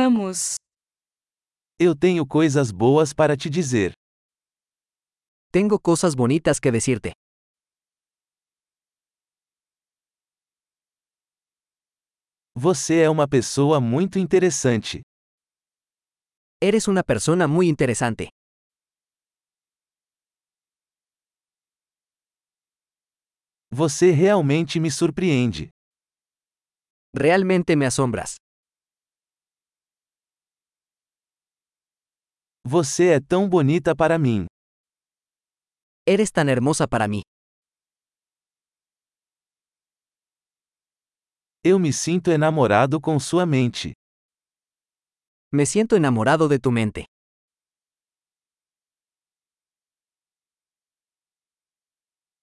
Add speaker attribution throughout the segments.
Speaker 1: Vamos.
Speaker 2: Eu tenho coisas boas para te dizer.
Speaker 3: Tengo cosas bonitas que decirte.
Speaker 2: Você é uma pessoa muito interessante.
Speaker 3: Eres una persona muy interesante.
Speaker 2: Você realmente me surpreende.
Speaker 3: Realmente me asombras.
Speaker 2: Você é tão bonita para mim.
Speaker 3: Eres tan hermosa para mí.
Speaker 2: Eu me sinto enamorado com sua mente.
Speaker 3: Me siento enamorado de tu mente.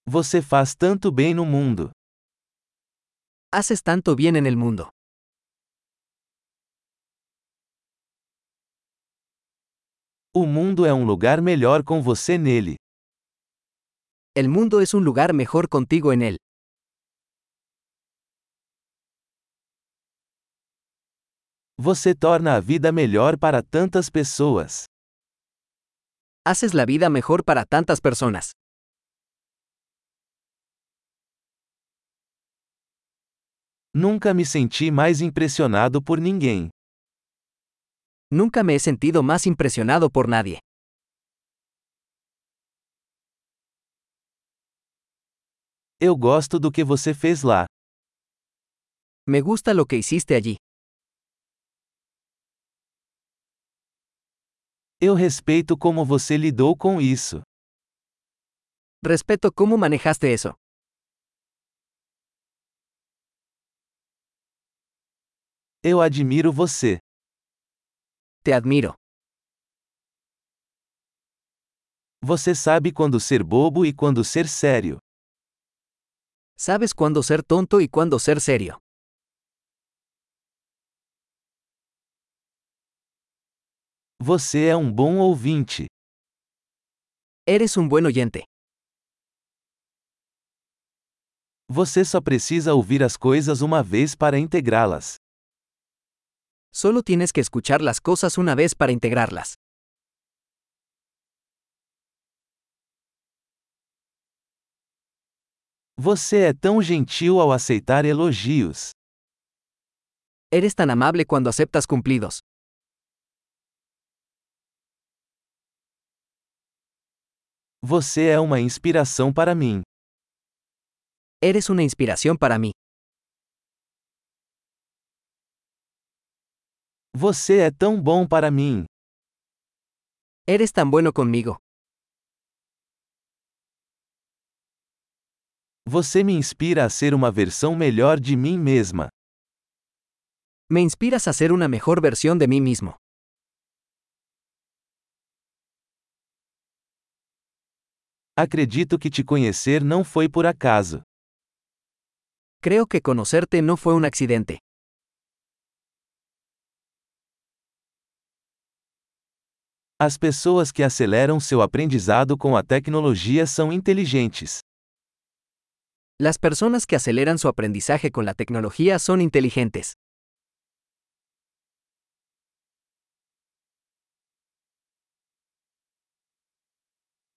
Speaker 2: Você faz tanto bem no mundo.
Speaker 3: Haces tanto bien en el mundo.
Speaker 2: O mundo é um lugar melhor com você nele.
Speaker 3: El mundo es un lugar mejor contigo en él.
Speaker 2: Você torna a vida melhor para tantas pessoas.
Speaker 3: Haces la vida mejor para tantas personas.
Speaker 2: Nunca me senti mais impressionado por ninguém.
Speaker 3: Nunca me he sentido más impresionado por nadie.
Speaker 2: Eu gosto do que você fez lá.
Speaker 3: Me gusta lo que hiciste allí.
Speaker 2: Eu respeito como você lidou com isso.
Speaker 3: Respeto cómo manejaste eso.
Speaker 2: Eu admiro você.
Speaker 3: Te admiro.
Speaker 2: Você sabe quando ser bobo e quando ser sério.
Speaker 3: Sabes cuándo ser tonto y cuándo ser serio.
Speaker 2: Você é um bom ouvinte.
Speaker 3: Eres un buen oyente.
Speaker 2: Você só precisa ouvir as coisas uma vez para integrá-las.
Speaker 3: Solo tienes que escuchar las cosas una vez para integrarlas.
Speaker 2: Você é tão gentil ao aceitar elogios.
Speaker 3: Eres tan amable cuando aceptas cumplidos.
Speaker 2: Você é uma inspiração para mim.
Speaker 3: Eres una inspiración para mí.
Speaker 2: Você é tão bom para mim.
Speaker 3: Eres tan bueno conmigo.
Speaker 2: Você me inspira a ser uma versão melhor de mim mesma.
Speaker 3: Me inspiras a ser una mejor versión de mí mismo.
Speaker 2: Acredito que te conhecer não foi por acaso.
Speaker 3: Creo que conocerte no fue un accidente.
Speaker 2: As pessoas que aceleram seu aprendizado com a tecnologia são inteligentes.
Speaker 3: Las personas que aceleran su aprendizaje con la tecnología son inteligentes.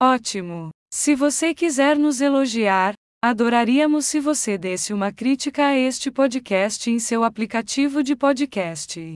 Speaker 1: Ótimo! Se você quiser nos elogiar, adoraríamos se você desse uma crítica a este podcast em seu aplicativo de podcast.